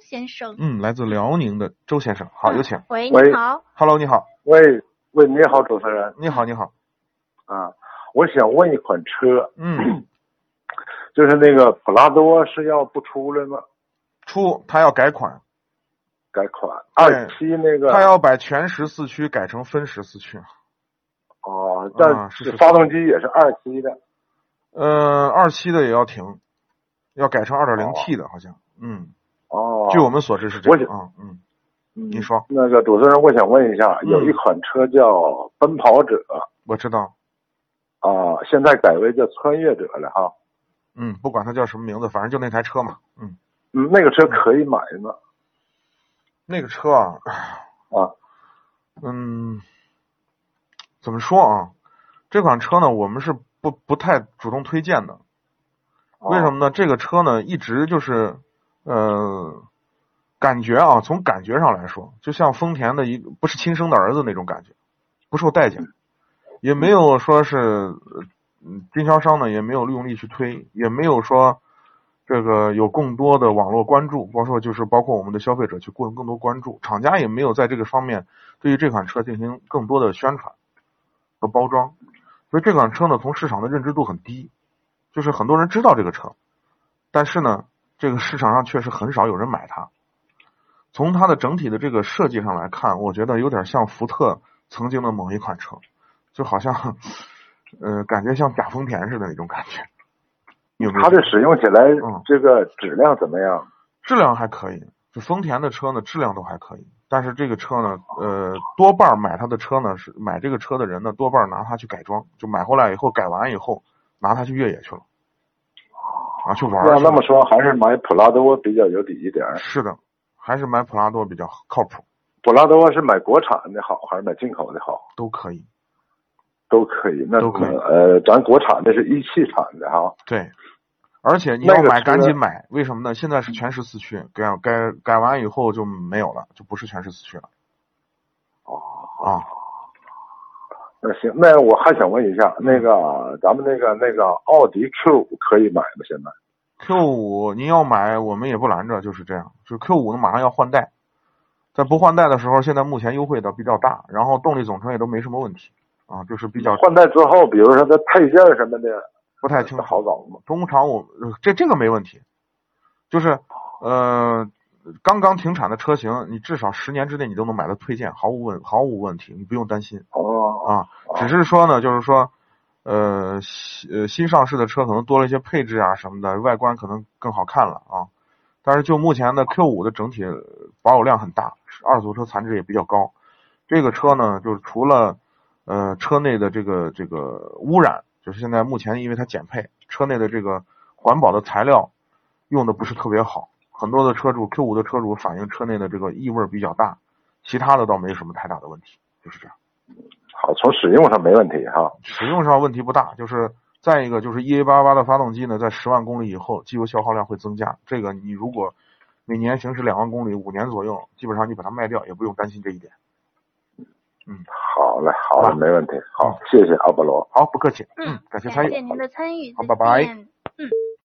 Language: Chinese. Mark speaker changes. Speaker 1: 先生。
Speaker 2: 嗯，来自辽宁的周先生，好，有请。
Speaker 1: 喂，
Speaker 3: 喂
Speaker 1: 你好，
Speaker 2: Hello，你好，
Speaker 3: 喂喂，你好，主持人
Speaker 2: 你好，你好。
Speaker 3: 啊，我想问一款车，
Speaker 2: 嗯，
Speaker 3: 就是那个普拉多是要不出了吗？
Speaker 2: 出他要改款，
Speaker 3: 改款
Speaker 2: 对
Speaker 3: 二七那个，
Speaker 2: 他要把全时四驱改成分时四驱。
Speaker 3: 哦，
Speaker 2: 啊
Speaker 3: 但
Speaker 2: 是是
Speaker 3: 发动机也是二七的，
Speaker 2: 呃，二七的也要停，要改成二点零 T 的，好像。嗯，
Speaker 3: 哦，
Speaker 2: 据我们所知是这
Speaker 3: 我
Speaker 2: 样啊。嗯，
Speaker 3: 嗯
Speaker 2: 你说
Speaker 3: 那个主持人，我想问一下，
Speaker 2: 嗯
Speaker 3: 有一款车叫奔跑者
Speaker 2: 我知道。
Speaker 3: 啊，现在改为叫穿越者了哈，
Speaker 2: 嗯，不管它叫什么名字，反正就那台车嘛。嗯，
Speaker 3: 嗯，那个车可以买吗？
Speaker 2: 那个车啊，
Speaker 3: 啊，
Speaker 2: 嗯，怎么说啊？这款车呢，我们是不不太主动推荐的。为什
Speaker 3: 么？
Speaker 2: 么呢？这个车呢，一直就是，呃，感觉啊，从感觉上来说，就像丰田的一个不是亲生的儿子那种感觉，不受待见，也没有说是，呃嗯，经销商呢也没有利用力去推，也没有说这个有更多的网络关注，包括就是包括我们的消费者去更更多关注，厂家也没有在这个方面对于这款车进行更多的宣传和包装，所以这款车呢，从市场的认知度很低。就是很多人知道这个车，但是呢，这个市场上确实很少有人买它。从它的整体的这个设计上来看，我觉得有点像福特曾经的某一款车，就好像，呃，感觉像假丰田似的那种感觉。有没有？
Speaker 3: 它的使用起来
Speaker 2: 嗯
Speaker 3: 这个质量怎么样？
Speaker 2: 质量还可以，就丰田的车呢，质量都还可以。但是这个车呢，呃，多半儿买它的车呢，是买这个车的人呢，多半儿拿它去改装，就买回来以后改完以后，拿它去越野去了，啊，去玩儿去
Speaker 3: 要
Speaker 2: 了。
Speaker 3: 那么说，还是买普拉多比较有底一点儿。
Speaker 2: 是的，还是买普拉多比较靠谱，
Speaker 3: 普拉多是买国产的好，还是买进口的好？
Speaker 2: 都可以。
Speaker 3: 都可以。那
Speaker 2: 都可以
Speaker 3: 呃，咱国产的是一汽产的哈。
Speaker 2: 对，而且你要
Speaker 3: 那个
Speaker 2: 买
Speaker 3: 车
Speaker 2: 赶紧买，为什么呢？现在是全时四驱，改改改完以后就没有了，就不是全时四驱了
Speaker 3: 哦，
Speaker 2: 啊。
Speaker 3: 那行，那我还想问一下，那个咱们那个那个奥迪 Q 五可以买吗？现在？
Speaker 2: Q 五您要买，我们也不拦着，就是这样。就是 Q 五呢，马上要换代，在不换代的时候，现在目前优惠的比较大，然后动力总成也都没什么问题啊，就是比较
Speaker 3: 换代之后，比如说它配件什么的，
Speaker 2: 不太清楚。
Speaker 3: 好搞吗？
Speaker 2: 通常我呃这这个没问题，就是呃刚刚停产的车型，你至少十年之内你都能买到推荐，毫无问毫无问题，你不用担心
Speaker 3: 哦，
Speaker 2: 啊。只是说呢，就是说呃新呃新上市的车可能多了一些配置啊什么的，外观可能更好看了啊。但是就目前的 Q 5的整体保有量很大，二手车残值也比较高。这个车呢，就是除了呃车内的这个这个污染，就是现在目前因为它减配，车内的这个环保的材料用的不是特别好，很多的车主 Q 5的车主反映车内的这个异味比较大，其他的倒没什么太大的问题，就是这样。
Speaker 3: 好，从使用上没问题哈。
Speaker 2: 使用上问题不大，就是再一个就是 EA 八八的发动机呢，在十万公里以后，机油消耗量会增加。这个你如果每年行驶两万公里，五年左右，基本上你把它卖掉也不用担心这一点。
Speaker 3: 好嘞，好
Speaker 2: 啊
Speaker 3: 嘞，没问题。好，谢谢阿波罗。
Speaker 2: 好，不客气，
Speaker 1: 嗯，
Speaker 2: 感谢
Speaker 1: 感
Speaker 2: 参与，
Speaker 1: 谢您的参与，
Speaker 2: 好
Speaker 1: 再
Speaker 2: 拜拜
Speaker 1: 见